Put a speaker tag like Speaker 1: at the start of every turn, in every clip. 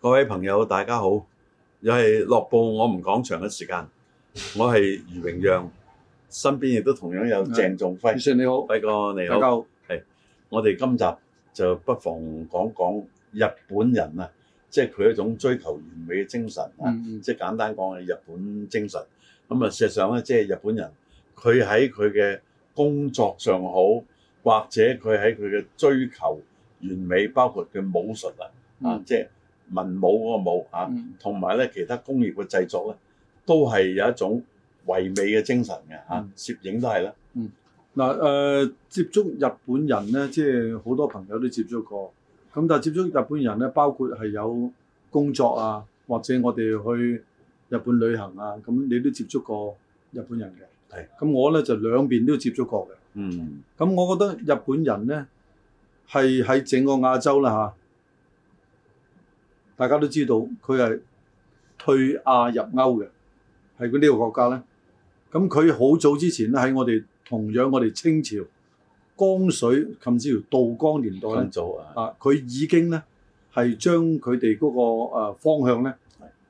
Speaker 1: 各位朋友，大家好！又係樂報我們講場嘅時間，我係余榮讓，身邊亦都同樣有鄭仲
Speaker 2: 余
Speaker 1: 輝。
Speaker 2: Sir 你好，
Speaker 1: 輝哥你
Speaker 2: 大家
Speaker 1: 好，啊
Speaker 2: 好。
Speaker 1: 我哋今集就不妨講講日本人啊，即係佢一種追求完美嘅精神啊，
Speaker 2: 嗯，
Speaker 1: 即係簡單講係日本精神。咁啊，事實上咧，即係日本人佢喺佢嘅工作上好，或者佢喺佢嘅追求完美，包括佢武術啊，啊
Speaker 2: 嗯，
Speaker 1: 即係文武嗰個武啊。
Speaker 2: 嗯
Speaker 1: 同埋咧其他工業嘅製作咧，都係有一種唯美嘅精神嘅嚇
Speaker 2: 嗯，
Speaker 1: 攝影都係啦。
Speaker 2: 嗱誒、呃接觸日本人咧，即係好多朋友都接觸過。咁但係接觸日本人咧，包括係有工作啊，或者我哋去日本旅行啊，咁你都接觸過日本人嘅。
Speaker 1: 係。
Speaker 2: 咁我咧就兩邊都接觸過嘅。
Speaker 1: 嗯，
Speaker 2: 咁我覺得日本人咧係喺整個亞洲啦嚇，大家都知道佢係退亞入歐嘅，係佢呢個國家咧。咁佢好早之前咧喺我哋同樣我哋清朝江水甚至乎道光年代
Speaker 1: 咁
Speaker 2: 咧
Speaker 1: 做啊，
Speaker 2: 啊，佢已經咧係將佢哋嗰個呃方向咧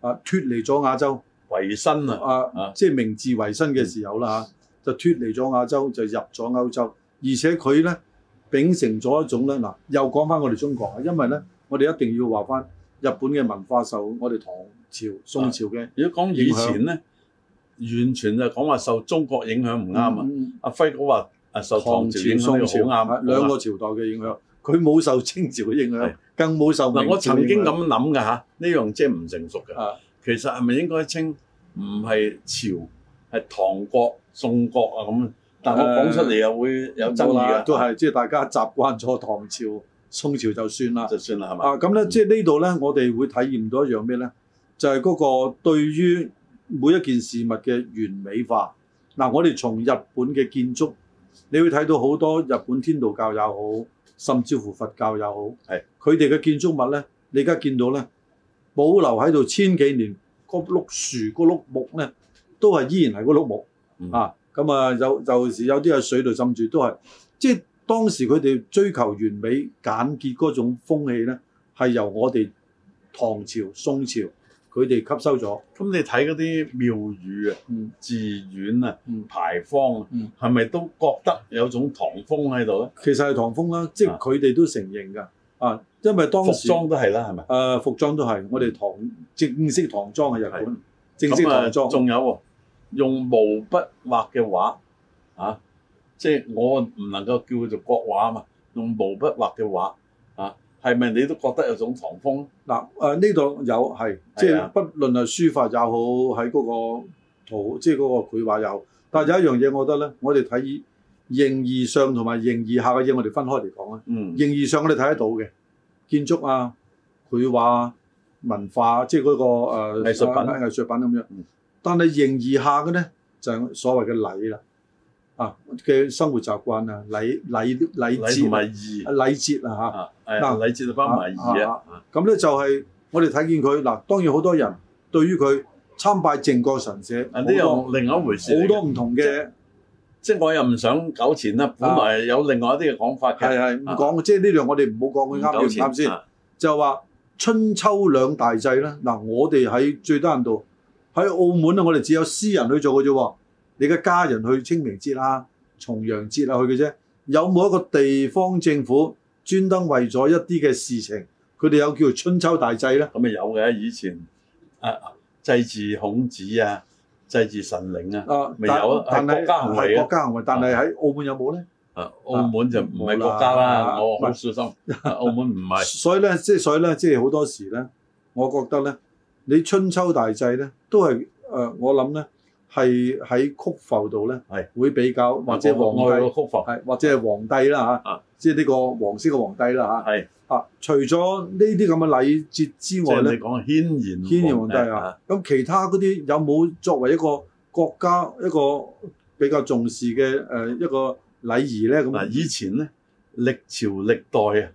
Speaker 2: 啊脱離咗亞洲。
Speaker 1: 維新啊，啊嗯
Speaker 2: 啊，即係明治維新嘅時候啦嚇，就脱離咗亞洲，就入咗歐洲，而且佢咧秉承咗一種咧嗱，又講翻我哋中國啊，因為咧我哋一定要話翻日本嘅文化受我哋唐朝、宋朝嘅
Speaker 1: 如果講以前咧，完全就講話受中國影響唔啱啊。
Speaker 2: 嗯
Speaker 1: 阿輝哥話啊，受唐朝影響
Speaker 2: 宋
Speaker 1: 好
Speaker 2: 朝啊
Speaker 1: 啱，啊
Speaker 2: 兩個
Speaker 1: 好
Speaker 2: 朝代嘅影響，佢冇受清朝嘅影響
Speaker 1: 係，
Speaker 2: 更冇受
Speaker 1: 啱嗱，
Speaker 2: 明
Speaker 1: 我
Speaker 2: 朝嘅
Speaker 1: 曾
Speaker 2: 影
Speaker 1: 經
Speaker 2: 響
Speaker 1: 咁諗㗎嚇，呢樣即係唔成熟嘅。
Speaker 2: 啊，
Speaker 1: 其實係咪應該稱唔係朝，係唐國、宋國啊咁？但我講出嚟又會有爭
Speaker 2: 冇
Speaker 1: 議
Speaker 2: 啦
Speaker 1: 啊，
Speaker 2: 都係即係大家習慣咗唐朝、宋朝就算啦。
Speaker 1: 就算啦，係嘛？嗯
Speaker 2: 啊，咁咧，即係呢度咧，我哋會體驗到一樣咩咧？就係、嗰個對於每一件事物嘅完美化。嗱、我哋從日本嘅建築，你會睇到好多日本天道教又好，甚至乎佛教又好，
Speaker 1: 係
Speaker 2: 佢哋嘅建築物咧，你而家見到咧，保留喺度千幾年，嗰碌樹、嗰碌木咧，都係依然係嗰碌木、
Speaker 1: 嗯
Speaker 2: 啊。咁啊，有有時有啲喺水度浸住，都係即係當時佢哋追求完美簡潔嗰種風氣咧。係由我哋唐朝、宋朝佢哋吸收咗。
Speaker 1: 咁你睇嗰啲廟宇啊、
Speaker 2: 嗯
Speaker 1: 寺院啊、
Speaker 2: 嗯
Speaker 1: 牌坊啊
Speaker 2: 嗯，
Speaker 1: 係咪都覺得有種唐風喺度咧？
Speaker 2: 其實係唐風啦，即係
Speaker 1: 啊
Speaker 2: 佢哋都承認㗎。啊，因為當
Speaker 1: 服
Speaker 2: 時誒、
Speaker 1: 裝都係啦，係咪？
Speaker 2: 呃服裝都係我哋唐正式唐裝嘅日本正式
Speaker 1: 咁啊，
Speaker 2: 唐裝。
Speaker 1: 仲有喎，用毛筆畫嘅畫啊，即係我唔能夠叫佢做國畫啊嘛，用毛筆畫嘅畫啊，係咪你都覺得有種唐風？
Speaker 2: 嗱誒呢度有係，即
Speaker 1: 係
Speaker 2: 係
Speaker 1: 啊
Speaker 2: 不論係書法又好，喺嗰個圖，即係嗰個繪畫又好。但係有一樣嘢，我覺得咧，我哋睇形而上同埋形而下嘅嘢，我哋分開嚟講啊。
Speaker 1: 嗯，
Speaker 2: 形而上我哋睇得到嘅建築啊、繪畫啊、文化啊，即係嗰、個誒、呃
Speaker 1: 藝術品
Speaker 2: 啊藝術品咁樣
Speaker 1: 嗯。
Speaker 2: 但係形而下嘅咧，就係、所謂嘅禮啦，啊嘅生活習慣啊、禮禮
Speaker 1: 禮
Speaker 2: 禮
Speaker 1: 同
Speaker 2: 節啊、
Speaker 1: 埋義
Speaker 2: 禮節啊
Speaker 1: 啊，誒
Speaker 2: 嗱
Speaker 1: 禮節就包埋義啊，啊
Speaker 2: 嚇。咁咧就係我哋睇見佢嗱，當然好多人對於佢參拜靖國神社
Speaker 1: 啊
Speaker 2: 好
Speaker 1: 呢
Speaker 2: 多
Speaker 1: 樣另外一回事嚟嘅。
Speaker 2: 好多唔啊同嘅
Speaker 1: 即係我又唔想糾纏啦，本來有另外一啲嘅講法嘅，
Speaker 2: 係係唔講，即係呢樣我哋唔好講佢啱
Speaker 1: 啊唔
Speaker 2: 與唔啱先。
Speaker 1: 啊
Speaker 2: 就話春秋兩大制啦。嗱，我哋喺最低限度喺澳門啊咧，我哋只有私人去做嘅啫喎。你嘅家人去清明節啊、重陽節啊去嘅啫。有冇一個地方政府專登為咗一啲嘅事情，佢哋有叫春秋大制咧？
Speaker 1: 咁啊有嘅，以前啊祭祀孔子啊，祭祀神靈啊，
Speaker 2: 啊，
Speaker 1: 咪
Speaker 2: 但
Speaker 1: 有啊
Speaker 2: 但
Speaker 1: 係國家行為
Speaker 2: 係
Speaker 1: 啊
Speaker 2: 國家行為，但係喺澳門有冇咧？
Speaker 1: 啊澳門就唔係
Speaker 2: 冇啦
Speaker 1: 國家啦，
Speaker 2: 啊
Speaker 1: 我好
Speaker 2: 唔
Speaker 1: 小心，啊澳門唔係，
Speaker 2: 所以咧，即係所以咧，即係好多時咧，我覺得咧，你春秋大制咧，都係誒、呃我諗咧係喺曲阜度咧，
Speaker 1: 係
Speaker 2: 會比較 或者皇
Speaker 1: 我有個
Speaker 2: 帝啊
Speaker 1: 曲阜
Speaker 2: 係或者係皇帝啦嚇，
Speaker 1: 啊
Speaker 2: 即係呢個黃色嘅皇帝啦
Speaker 1: 係，
Speaker 2: 嚇。啊，除咗呢啲咁嘅禮節之
Speaker 1: 即
Speaker 2: 外
Speaker 1: 係你
Speaker 2: 咧，
Speaker 1: 講軒然
Speaker 2: 天然皇帝啊，，咁其他嗰啲有冇作為一個國家一個比較重視嘅誒、呃一個禮儀咧？
Speaker 1: 嗱
Speaker 2: 咁
Speaker 1: 以前咧歷朝歷代啊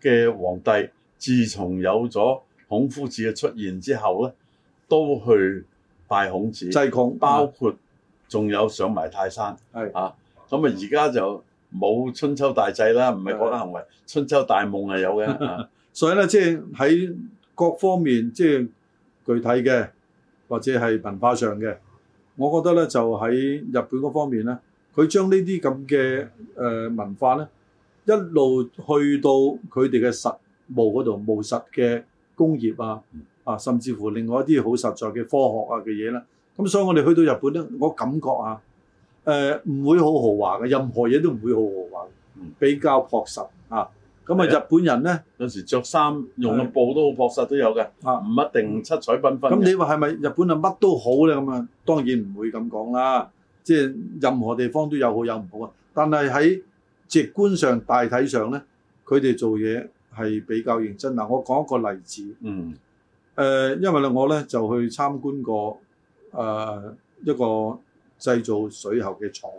Speaker 1: 嘅皇帝，自從有咗孔夫子嘅出現之後咧，都去拜孔子。
Speaker 2: 制窮
Speaker 1: 包括仲有上埋泰山，
Speaker 2: 係
Speaker 1: 啊，咁啊而家就冇春秋大祭啦，唔係嗰個行為，春秋大夢係有嘅。啊
Speaker 2: 所以咧，即係喺各方面，即係具體嘅或者係文化上嘅，我覺得咧就喺日本嗰方面咧，佢將呢啲咁嘅誒文化咧，一路去到佢哋嘅實務嗰度，務實嘅工業啊，啊，甚至乎另外一啲好實在嘅科學啊嘅嘢啦。咁所以我哋去到日本咧，我感覺啊，誒、唔會好豪華嘅，任何嘢都唔會好豪華嘅
Speaker 1: 嗯，
Speaker 2: 比較樸實啊。咁啊，
Speaker 1: 係
Speaker 2: 日本人咧。
Speaker 1: 有時着衫用嘅布都好樸實都有嘅，
Speaker 2: 啊
Speaker 1: 唔一定七彩繽紛
Speaker 2: 咁
Speaker 1: 嘅。
Speaker 2: 你話係咪日本啊乜都好咧？咁啊，當然唔會咁講啦。即係任何地方都有好有唔好啊。但係喺直觀上、大體上咧，佢哋做嘢係比較認真。嗱，我講一個例子。誒、
Speaker 1: 嗯
Speaker 2: 因為咧我咧就去參觀過誒、呃一個製造水喉嘅廠。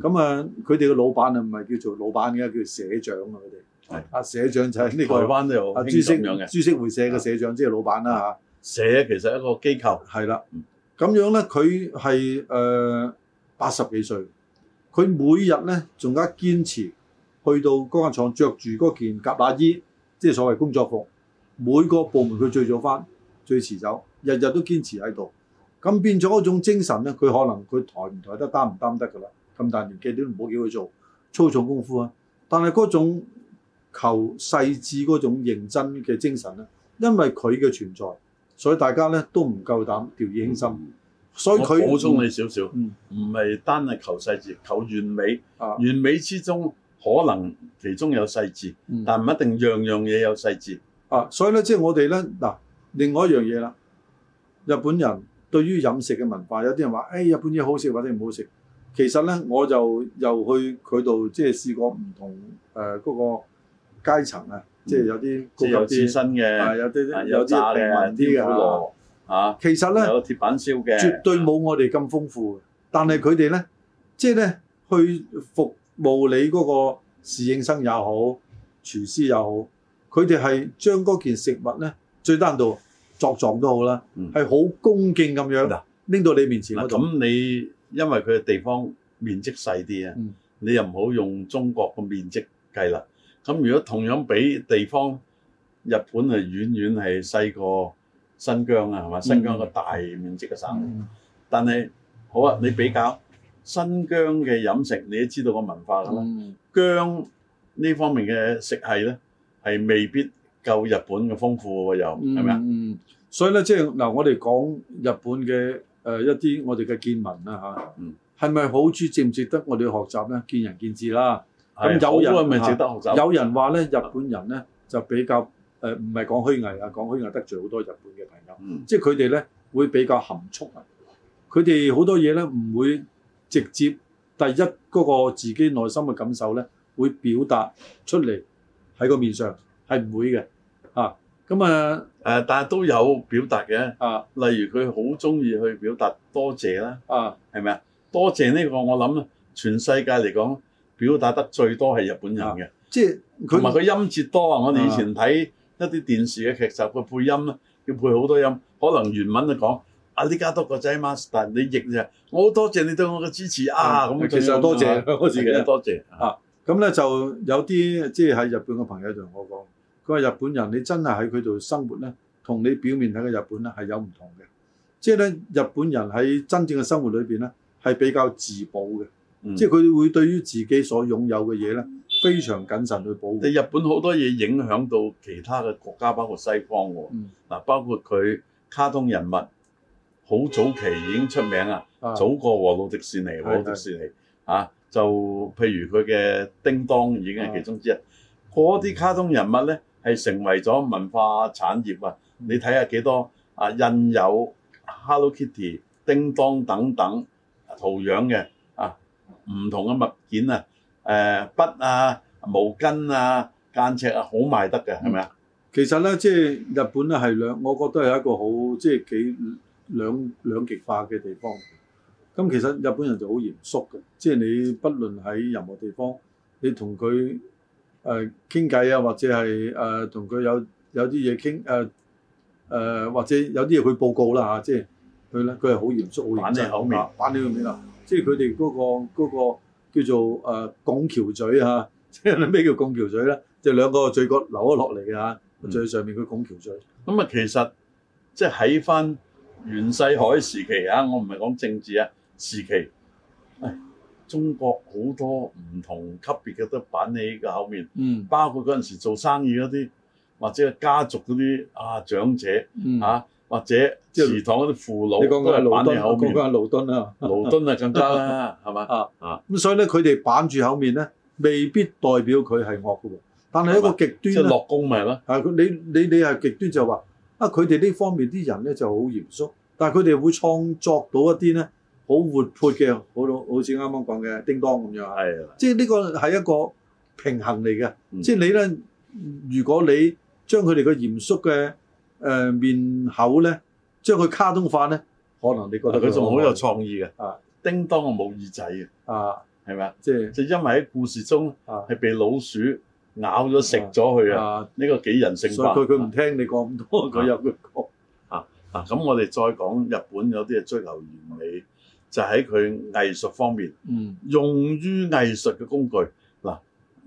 Speaker 2: 咁啊，佢哋嘅老闆啊，唔係叫做老闆嘅，叫社長啊，佢哋
Speaker 1: 係。
Speaker 2: 啊，社長就係呢、
Speaker 1: 台
Speaker 2: 個
Speaker 1: 灣都有
Speaker 2: 啊
Speaker 1: 興
Speaker 2: 株
Speaker 1: 咁
Speaker 2: 式
Speaker 1: 樣嘅
Speaker 2: 株式會社嘅社長，即係老闆啦嚇。
Speaker 1: 社，其實一個機構。
Speaker 2: 係啦
Speaker 1: 嗯，
Speaker 2: 咁樣咧，佢係誒八十幾歲，佢每日咧仲加堅持去到嗰間廠着住嗰件夾乸衣，即係所謂工作服。每個部門佢最早翻，最遲走，日日都堅持喺度。咁變咗嗰種精神咧，佢可能佢抬唔抬得擔唔擔得㗎啦。咁大年紀都唔好叫佢做粗重功夫啊。但係嗰種求細緻嗰種認真嘅精神咧，因為佢嘅存在，所以大家咧都唔夠膽掉以輕心。所
Speaker 1: 我
Speaker 2: 以佢
Speaker 1: 補充你少少，
Speaker 2: 嗯
Speaker 1: 唔係單係求細節，求完美。
Speaker 2: 啊
Speaker 1: 完美之中可能其中有細緻，
Speaker 2: 嗯
Speaker 1: 但唔一定樣樣嘢有細緻。
Speaker 2: 啊，所以咧即係我哋咧嗱，另外一樣嘢啦，日本人對於飲食嘅文化，有啲人話誒、哎日本嘢好食或者唔好食，其實咧我就又去佢度即係試過唔同誒嗰、個階層啊，即係有啲
Speaker 1: 即係有
Speaker 2: 高級
Speaker 1: 刺
Speaker 2: 啲，
Speaker 1: 身
Speaker 2: 啊
Speaker 1: 嘅，
Speaker 2: 有
Speaker 1: 啊
Speaker 2: 啲
Speaker 1: 有
Speaker 2: 有
Speaker 1: 炸
Speaker 2: 啲平
Speaker 1: 嘅，
Speaker 2: 民啲
Speaker 1: 天婦
Speaker 2: 嘅，
Speaker 1: 羅啊，
Speaker 2: 其實咧。
Speaker 1: 有鐵板燒嘅，
Speaker 2: 絕對冇我哋咁豐富嘅。但係佢哋咧，即係咧去服務你嗰個侍應生也好，廚師又好，佢哋係將嗰件食物咧，最低限度作狀都好啦，
Speaker 1: 嗯
Speaker 2: 係好、恭敬咁樣
Speaker 1: 嗱
Speaker 2: 拎到你面前嗰
Speaker 1: 嗱，
Speaker 2: 度。
Speaker 1: 咁你因為佢嘅地方面積細啲啊
Speaker 2: 嗯，
Speaker 1: 你又唔好用中國個面積計啦。咁如果同樣比地方，日本係遠遠係細過新疆啊，係嘛？新疆個大面積嘅省，
Speaker 2: 嗯
Speaker 1: 但係好啊，你比較新疆嘅飲食，你都知道個文化㗎啦。
Speaker 2: 嗯
Speaker 1: 姜呢方面嘅食系咧，係未必夠日本嘅豐富喎，又係咪啊？
Speaker 2: 嗯，所以咧，即係嗱，我哋講日本嘅誒、呃一啲我哋嘅見聞啦
Speaker 1: 嗯
Speaker 2: 嚇，係咪、好處值唔值得我哋學習咧？見仁見智啦。咁
Speaker 1: 係
Speaker 2: 有人
Speaker 1: 好啊咪值得學習。
Speaker 2: 有人話咧，日本人咧就比較誒，唔係講虛偽啊，講虛偽得罪好多日本嘅朋友，
Speaker 1: 嗯
Speaker 2: 即係佢哋咧會比較含蓄啊。佢哋好多嘢咧唔會直接第一嗰、個自己內心嘅感受咧，會表達出嚟喺個面上係唔會嘅啊。咁啊
Speaker 1: 誒，但係都有表達嘅。
Speaker 2: 啊
Speaker 1: 例如佢好中意去表達多謝啦，
Speaker 2: 啊
Speaker 1: 係咪啊？多謝呢個我諗全世界嚟講表達得最多係日本人嘅，
Speaker 2: 即係
Speaker 1: 同埋佢
Speaker 2: 佢
Speaker 1: 音節多啊！我哋以前睇一啲電視嘅劇集嘅配音咧，要配好多音，可能原文就講啊呢家多個仔 master，你譯就係我好多謝你對我嘅支持啊咁。
Speaker 2: 其實多謝我自
Speaker 1: 自
Speaker 2: 己
Speaker 1: 己多謝
Speaker 2: 啊咁咧就有啲即係喺日本嘅朋友同我講，佢話日本人你真係喺佢度生活咧，同你表面睇嘅日本咧係有唔同嘅。即係咧，日本人喺真正嘅生活裏邊咧係比較自保嘅，
Speaker 1: 嗯
Speaker 2: 即係佢會對於自己所擁有嘅嘢咧非常謹慎去保護。
Speaker 1: 你日本好多嘢影響到其他嘅國家，包括西方喎。嗱、
Speaker 2: 嗯
Speaker 1: 包括佢卡通人物，好早期已經出名啦，
Speaker 2: 啊
Speaker 1: 早過和路迪士尼。和路迪士尼啊，就譬如佢嘅叮當已經係其中之一。嗰啲卡通人物咧係成為咗文化產業啊！你睇下幾多啊印有 Hello Kitty、叮當等等圖樣嘅啊，唔同嘅物件啊，誒、筆啊、毛巾啊、間尺啊，好賣得嘅，係咪啊？
Speaker 2: 其實咧，即係日本咧係兩，我覺得係一個好即係幾兩兩極化嘅地方。咁其實日本人就好嚴肅嘅，即係你不論喺任何地方，你同佢誒傾偈啊，或者係誒同佢有有啲嘢傾誒誒，或者有啲嘢佢報告啦嚇、即係佢咧佢係好嚴肅、好認真
Speaker 1: 板你口面
Speaker 2: 啊板你口面啦。即係佢哋嗰個嗰、叫做誒、呃拱橋嘴啊， 即係咩叫拱橋嘴咧？就兩個嘴角流咗落嚟啊，
Speaker 1: 嗯
Speaker 2: 最上面佢拱橋嘴。
Speaker 1: 咁啊，其實即係喺翻袁世凱時期啊，我唔係講政治啊，時期，唉中國好多唔同級別嘅都板起個口面，
Speaker 2: 嗯
Speaker 1: 包括嗰陣時做生意嗰啲，或者係家族嗰啲啊長者
Speaker 2: 嗯
Speaker 1: 嚇、啊或者
Speaker 2: 即係
Speaker 1: 祠堂嗰啲父老
Speaker 2: 你講
Speaker 1: 都
Speaker 2: 緊係
Speaker 1: 係
Speaker 2: 勞
Speaker 1: 板
Speaker 2: 敦，
Speaker 1: 起口
Speaker 2: 我講
Speaker 1: 面，
Speaker 2: 緊係勞敦啊。
Speaker 1: 勞敦啊更加啦，係嘛？
Speaker 2: 咁所以咧，佢哋板住口面咧，未必代表佢係惡嘅喎。但係一個極
Speaker 1: 即
Speaker 2: 端
Speaker 1: 係
Speaker 2: 咧
Speaker 1: 落工咪係咯，
Speaker 2: 啊！佢你你你係極端就話啊，佢哋呢方面啲人咧就好嚴肅，但係佢哋會創作到一啲咧好活潑嘅，好到好似啱啱講嘅叮當咁樣啊！
Speaker 1: 係啦，
Speaker 2: 即係呢個係一個平衡嚟嘅，
Speaker 1: 嗯
Speaker 2: 即係你咧，如果你將佢哋嘅嚴肅嘅誒、呃面口咧，將佢卡通化咧，可能你覺得
Speaker 1: 啊佢仲好
Speaker 2: 可愛
Speaker 1: 有創意嘅
Speaker 2: 啊。
Speaker 1: 叮當啊冇耳仔嘅，
Speaker 2: 啊，
Speaker 1: 係咪啊？
Speaker 2: 即係
Speaker 1: 就因為喺故事中
Speaker 2: 啊
Speaker 1: 係被老鼠咬咗食咗佢啊！
Speaker 2: 啊，
Speaker 1: 呢個幾人性
Speaker 2: 所以
Speaker 1: 化。
Speaker 2: 佢佢唔聽你講咁多，佢有佢講
Speaker 1: 啊，咁我哋再講日本有啲係追求完美，就喺佢藝術方面
Speaker 2: 嗯
Speaker 1: 用於藝術嘅工具。嗱，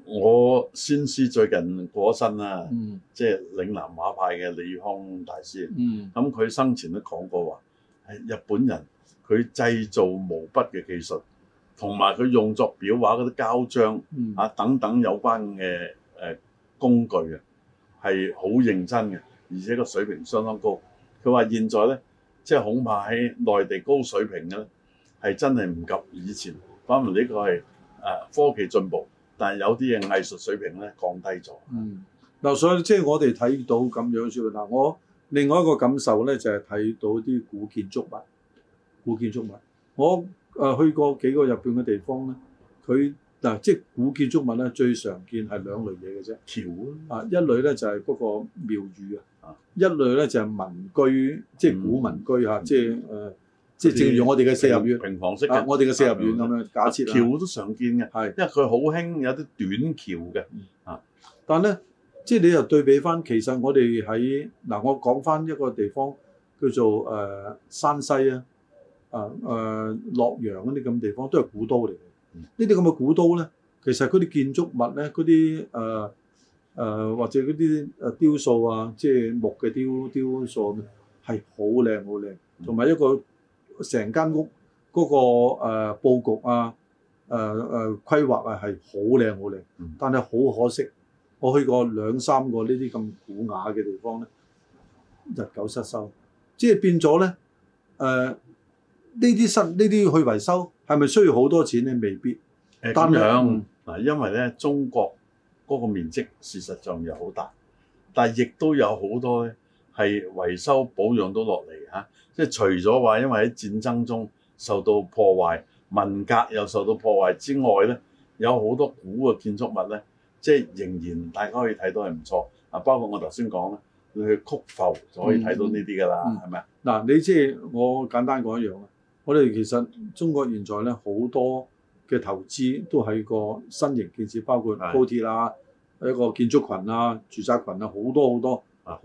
Speaker 1: 我先師最近過咗身啦，
Speaker 2: 嗯
Speaker 1: 即係嶺南畫派嘅李康大師。
Speaker 2: 嗯
Speaker 1: 咁佢生前都講過話，係日本人佢製造毛筆嘅技術，同埋佢用作裱畫嗰啲膠章。
Speaker 2: 嗯
Speaker 1: 啊等等有關嘅誒工具啊，係好認真嘅，而且個水平相當高。佢話現在咧，即係恐怕喺內地高水平嘅咧，係真係唔及以前。反而呢個係誒、呃科技進步，但係有啲嘢藝術水平咧降低咗。
Speaker 2: 嗯，嗱，所以即係我哋睇到咁樣説話。嗱，我另外一個感受咧就係、睇到啲古建築物，古建築物。我誒、呃去過幾個日本嘅地方咧，佢嗱、即係古建築物咧最常見係兩類嘢嘅啫。
Speaker 1: 橋啊，
Speaker 2: 啊，一類咧就係、嗰個廟宇啊
Speaker 1: 啊，
Speaker 2: 一類咧就係、民居，即係古民居嚇、即係誒、呃即係正如我哋嘅四合院，
Speaker 1: 平房式
Speaker 2: 啊
Speaker 1: 嘅，
Speaker 2: 我哋嘅四合院咁樣假設啊啦。
Speaker 1: 橋都常見嘅，
Speaker 2: 係
Speaker 1: 因為佢好興有啲短橋嘅。
Speaker 2: 但咧，即係你又對比翻，其實我哋喺嗱，我講翻一個地方叫做誒、呃山西啊，啊誒、呃洛陽嗰啲咁地方都係古都嚟嘅。
Speaker 1: 嗯
Speaker 2: 呢啲咁嘅古都咧，其實嗰啲建築物咧，嗰啲誒誒或者嗰啲誒雕塑啊，即係木嘅雕雕塑咁樣係好靚好靚，
Speaker 1: 嗯
Speaker 2: 同埋一個成間屋嗰、個誒、呃、佈局啊。誒誒規劃啊，係好靚好靚
Speaker 1: 嗯，
Speaker 2: 但係好可惜，我去過兩三個呢啲咁古雅嘅地方咧，日久失修，即係變咗咧誒呢啲失呢啲去維修係咪需要好多錢咧？未必，
Speaker 1: 誒
Speaker 2: 單
Speaker 1: 呃咁樣
Speaker 2: 向
Speaker 1: 嗱，因為咧中國嗰個面積事實上又好大，但係亦都有好多咧係維修保養到落嚟嚇，即係除咗話因為喺戰爭中受到破壞，文革又受到破壞之外咧，有好多古嘅建築物咧，即係仍然大家可以睇到係唔錯啊，包括我頭先講啦，你去曲阜就可以睇到呢啲㗎啦
Speaker 2: 嗯，
Speaker 1: 係咪啊？
Speaker 2: 嗱，你即係我簡單講一樣啦。我哋其實中國現在咧好多嘅投資都喺個新型建設，包括
Speaker 1: 係
Speaker 2: 高鐵啦、一個建築群啊、住宅群啊，好多好多
Speaker 1: 啊
Speaker 2: 好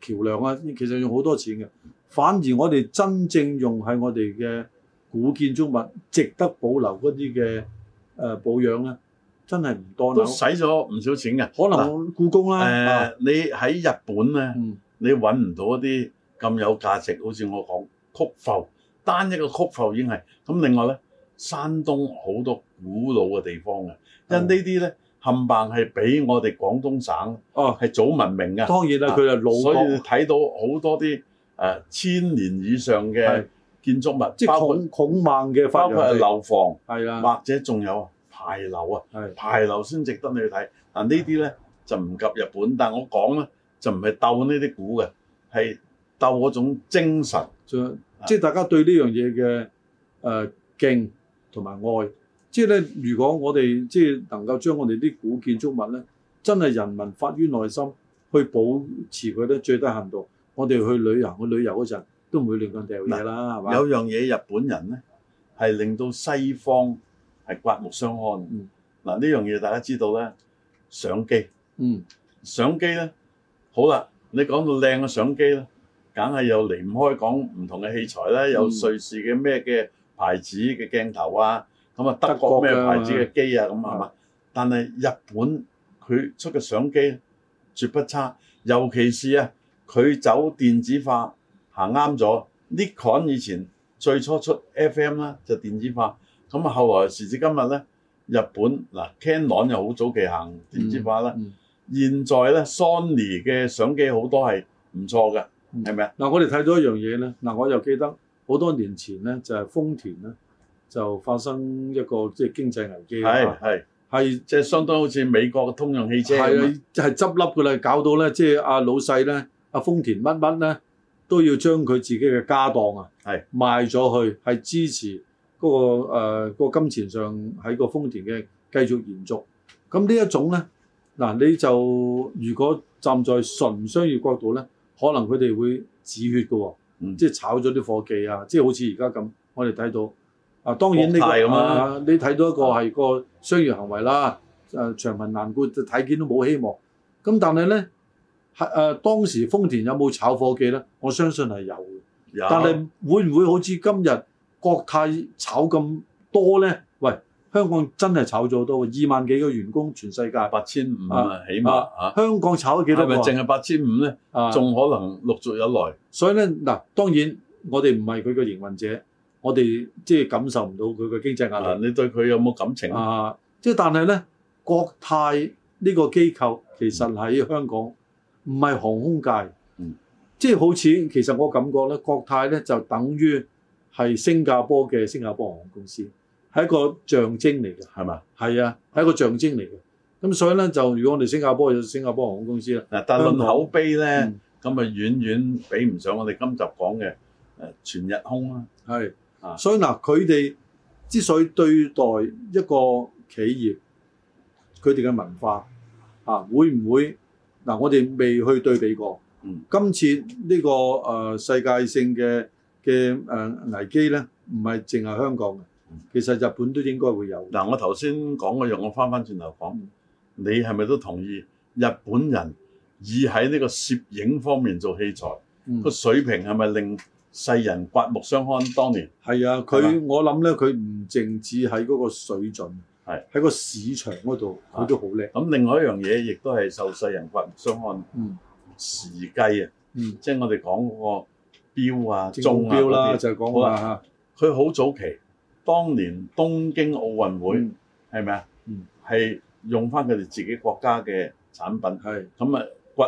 Speaker 2: 橋梁啊，其實用好多錢嘅。反而我哋真正用喺我哋嘅古建築物，值得保留嗰啲嘅誒保養咧，真係唔多
Speaker 1: 都
Speaker 2: 啦。
Speaker 1: 使咗唔少錢嘅。
Speaker 2: 可能故宮
Speaker 1: 誒、
Speaker 2: 啦，啊
Speaker 1: 你喺日本咧？
Speaker 2: 嗯
Speaker 1: 你揾唔到一啲咁有價值，好似我講曲阜，單一個曲阜已經係咁。另外咧，山東好多古老嘅地方嘅，
Speaker 2: 嗯
Speaker 1: 因為呢啲咧冚棒係俾我哋廣東省
Speaker 2: 哦，
Speaker 1: 係早文明嘅，
Speaker 2: 當然啦，佢係老
Speaker 1: 啊所以
Speaker 2: 國
Speaker 1: 你。睇到好多啲誒、呃千年以上嘅
Speaker 2: 係
Speaker 1: 建築物，
Speaker 2: 即係
Speaker 1: 包括
Speaker 2: 孔孔孟嘅發
Speaker 1: 包括係
Speaker 2: 揚地，
Speaker 1: 樓房，
Speaker 2: 係啦，
Speaker 1: 或者仲有牌樓啊，
Speaker 2: 啊係
Speaker 1: 牌樓先值得你去睇。嗱呢啲咧就唔及日本，但我講咧就唔係鬥呢啲股嘅，係鬥嗰種精神。
Speaker 2: 仲有即係大家對呢樣嘢嘅誒敬同埋愛。即係咧，如果我哋即係能夠將我哋啲古建築物咧，真係人民發於內心去保持佢咧最低限度，我哋去旅行去旅遊嗰陣都唔會亂咁掉嘢啦，係嘛？
Speaker 1: 有樣嘢日本人咧係令到西方係刮目相看。嗱
Speaker 2: 嗯
Speaker 1: 呢樣嘢大家知道咧，相機
Speaker 2: 嗯
Speaker 1: 相機咧好啦，你講到靚嘅相機咧，梗係又離唔開講唔同嘅器材啦，有
Speaker 2: 嗯
Speaker 1: 瑞士嘅咩嘅牌子嘅鏡頭啊，咁啊德
Speaker 2: 德國
Speaker 1: 國咩
Speaker 2: 嘅
Speaker 1: 牌子嘅機啊咁係嘛？但係日本佢出嘅相機絕不差，尤其是啊佢走電子化行啱咗。Nikon 以前最初出 FM 啦就電子化，咁啊後來時至今日咧，日本嗱 Canon 又好早期行電子化啦。
Speaker 2: 嗯
Speaker 1: 現在咧 Sony 嘅相機好多係唔錯嘅
Speaker 2: 嗯，
Speaker 1: 係咪啊？
Speaker 2: 嗱，我哋睇到一樣嘢咧，嗱，我又記得好多年前咧，就係、豐田咧就發生一個即係經濟危機
Speaker 1: 係
Speaker 2: 啊，
Speaker 1: 係，
Speaker 2: 係
Speaker 1: 即係相當好似美國嘅通用汽車咁啊
Speaker 2: 係係執笠㗎啦，搞到咧即係阿老細咧，阿豐田乜乜咧都要將佢自己嘅家當啊，
Speaker 1: 係
Speaker 2: 賣咗去，係支持嗰、個誒、呃個金錢上喺個豐田嘅繼續延續。咁呢一種咧，嗱你就如果站在純商業角度咧，可能佢哋會止血㗎喎、
Speaker 1: 嗯
Speaker 2: 即係炒咗啲夥計啊，即係好似而家咁，我哋睇到啊，當然呢、
Speaker 1: 國泰
Speaker 2: 個
Speaker 1: 咁啊
Speaker 2: 啊，你睇到一個係個商業行為啦，誒、長貧難顧，睇見都冇希望。咁但係咧，係誒、啊當時豐田有冇炒夥計咧？我相信係有嘅，
Speaker 1: 有
Speaker 2: 但係會唔會好似今日國泰炒咁多咧？喂，香港真係炒咗好多喎，二萬幾個員工全世界，
Speaker 1: 八千五啊，起碼嚇，
Speaker 2: 香港炒咗幾多
Speaker 1: 係
Speaker 2: 個
Speaker 1: 咪
Speaker 2: 啊？
Speaker 1: 淨係八千五咧？
Speaker 2: 啊
Speaker 1: 仲可能陸續有來。
Speaker 2: 所以咧嗱，當然我哋唔係佢嘅營運者，我哋即係感受唔到佢嘅經濟壓力
Speaker 1: 啊，你對佢有冇感情啊？
Speaker 2: 啊！即係但係咧，國泰呢個機構其實喺香港唔係航空界，
Speaker 1: 嗯
Speaker 2: 即係好似其實我感覺咧，國泰咧就等於係新加坡嘅新加坡航空公司，係一個象徵嚟嘅。
Speaker 1: 係嘛？
Speaker 2: 係啊，係一個象徵嚟嘅。咁所以咧，就如果我哋新加坡有新加坡航空公司啦，
Speaker 1: 嗱，但係
Speaker 2: 香
Speaker 1: 論
Speaker 2: 港
Speaker 1: 口碑咧，
Speaker 2: 嗯
Speaker 1: 咁啊遠遠比唔上我哋今集講嘅誒全日空啦。
Speaker 2: 係
Speaker 1: 啊
Speaker 2: 所以嗱，佢哋之所以對待一個企業，佢哋嘅文化啊，會唔會嗱？我哋未去對比過。
Speaker 1: 嗯
Speaker 2: 今次呢、個誒、呃世界性嘅嘅誒危機咧，唔係淨係香港嘅
Speaker 1: 嗯，
Speaker 2: 其實日本都應該會有。
Speaker 1: 嗱，我頭先講嗰樣，我翻翻轉頭講
Speaker 2: 嗯，
Speaker 1: 你係咪都同意日本人以喺呢個攝影方面做器材？
Speaker 2: 嗯
Speaker 1: 個水平係咪令世人刮目相看？當年
Speaker 2: 係啊，
Speaker 1: 係
Speaker 2: 佢我諗咧，佢唔淨止喺嗰個水準，
Speaker 1: 係
Speaker 2: 喺個市場嗰度，佢都好叻。
Speaker 1: 咁，另外一樣嘢亦都係受世人刮目相看
Speaker 2: 嗯
Speaker 1: 時雞啊，
Speaker 2: 嗯，
Speaker 1: 即係我哋講嗰個錶啊、
Speaker 2: 正目
Speaker 1: 鐘啊
Speaker 2: 標啦，
Speaker 1: 嗰啲，
Speaker 2: 就係講話嚇。
Speaker 1: 佢好啊早期，當年東京奧運會
Speaker 2: 嗯
Speaker 1: 係咪啊
Speaker 2: 嗯？
Speaker 1: 係用翻佢哋自己國家嘅產品，
Speaker 2: 係
Speaker 1: 咁啊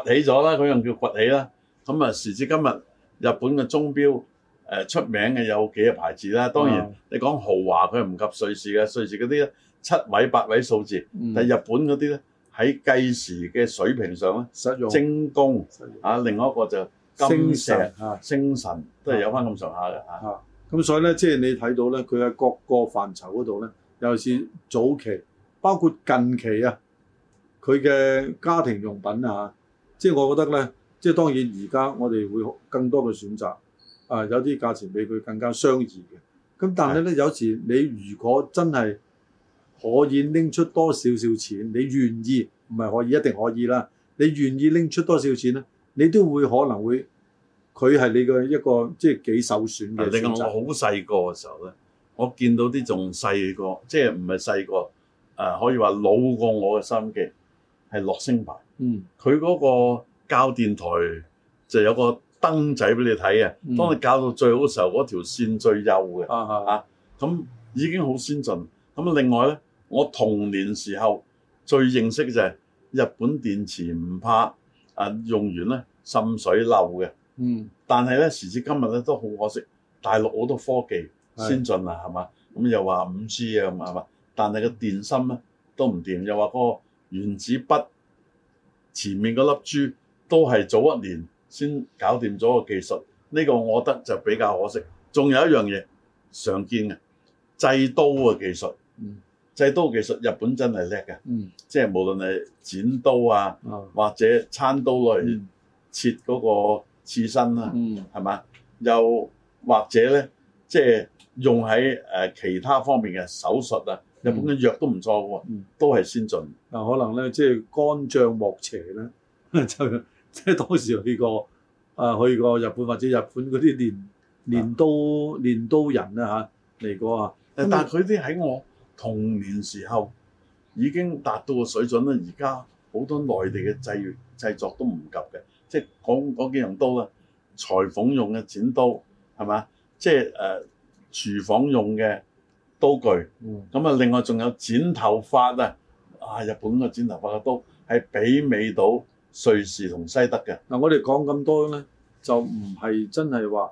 Speaker 1: 崛起咗啦，嗰樣叫崛起啦。咁啊時至今日，日本嘅鐘錶誒出名嘅有幾個牌子啦。當然
Speaker 2: 啊
Speaker 1: 你講豪華，佢係唔及瑞士嘅，瑞士嗰啲咧七位八位數字。
Speaker 2: 嗯
Speaker 1: 但係日本嗰啲咧喺計時嘅水平上咧，
Speaker 2: 實用。
Speaker 1: 精工
Speaker 2: 實用
Speaker 1: 啊，另外一個就
Speaker 2: 精
Speaker 1: 金
Speaker 2: 神
Speaker 1: 石、啊
Speaker 2: 嚇。
Speaker 1: 星辰都係有翻咁上下嘅啊嚇。
Speaker 2: 咁所以咧，即係你睇到咧，佢喺各個範疇嗰度咧，尤其是早期，包括近期啊，佢嘅家庭用品啊，即係我覺得咧，即係當然而家我哋會更多嘅選擇，啊有啲價錢比佢更加相宜嘅。咁但係咧，有時你如果真係可以拎出多少少錢，你願意唔係可以一定可以啦，你願意拎出多少錢咧，你都會可能會佢係你嘅一個即係幾首選啊嘅
Speaker 1: 另
Speaker 2: 選
Speaker 1: 外啊我
Speaker 2: 擇。
Speaker 1: 好細個嘅時候咧，我見到啲仲細個，即係唔係細個誒、啊可以話老過我嘅收音機係樂聲牌，
Speaker 2: 嗯，
Speaker 1: 佢嗰個校電台就有個燈仔俾你睇嘅。
Speaker 2: 嗯
Speaker 1: 當你校到最好嘅時候，嗰條線最幼嘅。
Speaker 2: 啊啊啊，
Speaker 1: 咁已經好先進。咁另外咧，我童年時候最認識嘅就係日本電池唔怕啊用完咧滲水漏嘅，
Speaker 2: 嗯，
Speaker 1: 但係咧時至今日咧都好可惜，大陸好多科技
Speaker 2: 係
Speaker 1: 先進啊啦，係嘛？咁又話五 G 啊，咁係嘛？但係個電芯咧都唔掂，又話嗰個原子筆前面嗰粒珠都係早一年先搞掂咗個技術，呢、個我覺得就比較可惜。仲有一樣嘢常見嘅製刀嘅技術
Speaker 2: 嗯，
Speaker 1: 製刀技術日本真係叻嘅，
Speaker 2: 嗯，
Speaker 1: 即係無論係剪刀啊，
Speaker 2: 啊，
Speaker 1: 或者餐刀攞嚟
Speaker 2: 嗯，
Speaker 1: 切嗰個刺身啊啦、
Speaker 2: 嗯，
Speaker 1: 係嘛？又或者咧，即係用喺誒、呃其他方面嘅手術啊，日本嘅藥都唔錯喎，
Speaker 2: 嗯
Speaker 1: 都係先進。
Speaker 2: 啊，可能咧，即係肝脹莫邪咧， 就即係當時去過啊，去過日本或者日本嗰啲練練刀練刀人啊嚇嚟過啊，
Speaker 1: 但係佢啲喺我童年時候已經達到個水準啦。而家好多內地嘅製製作都唔及嘅，即係講嗰幾樣刀啦，裁縫用嘅剪刀係嘛，即係誒、呃、廚房用嘅刀具。
Speaker 2: 嗯，
Speaker 1: 咁啊，另外仲有剪頭髮啊，啊日本嘅剪頭髮嘅刀係媲美到瑞士同西德嘅。
Speaker 2: 啊嗱，我哋講咁多咧，就唔係真係話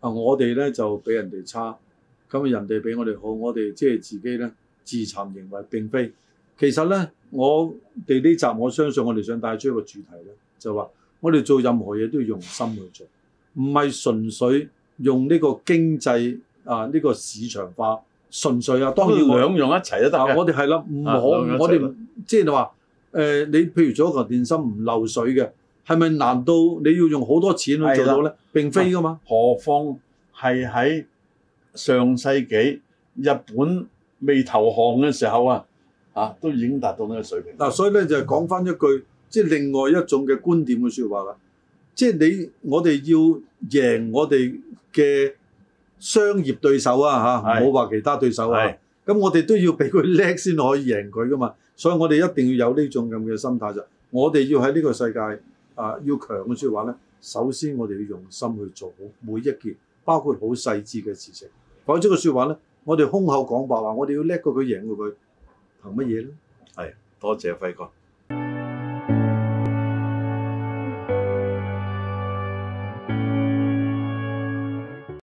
Speaker 2: 啊，我哋咧就比人哋差，咁啊人哋比我哋好，我哋即係自己咧自尋認為並非。其實咧，我哋呢集我相信我哋想帶出一個主題咧，就話我哋做任何嘢都要用心去做，唔係純粹用呢個經濟啊呢、個市場化，純粹啊，當
Speaker 1: 當然
Speaker 2: 然我
Speaker 1: 兩樣一齊都得
Speaker 2: 啊！
Speaker 1: 嘅。
Speaker 2: 我哋係啦，唔
Speaker 1: 啊兩樣
Speaker 2: 可
Speaker 1: 一齊
Speaker 2: 我哋
Speaker 1: 啦
Speaker 2: 唔即係你話誒，你譬如做一嚿電芯唔漏水嘅，係咪難道你要用好多錢去做到咧？並非噶嘛，
Speaker 1: 何況係喺上世紀日本未投降嘅時候啊，啊都已經達到呢個水平。
Speaker 2: 嗱，所以咧就係講翻一句，即係另外一種嘅觀點嘅説話啦。即係你我哋要贏我哋嘅商業對手啊嚇，
Speaker 1: 係
Speaker 2: 唔好話其他對手啊
Speaker 1: 係。
Speaker 2: 咁我哋都要俾佢叻先可以贏佢噶嘛，所以我哋一定要有呢種咁嘅心態就，我哋要喺呢個世界啊、要強嘅説話咧，首先我哋要用心去做好每一件，包括好細緻嘅事情。否則嘅説話咧，我哋空口講白話，我哋要叻過佢贏過佢，憑乜嘢咧？
Speaker 1: 多謝輝哥。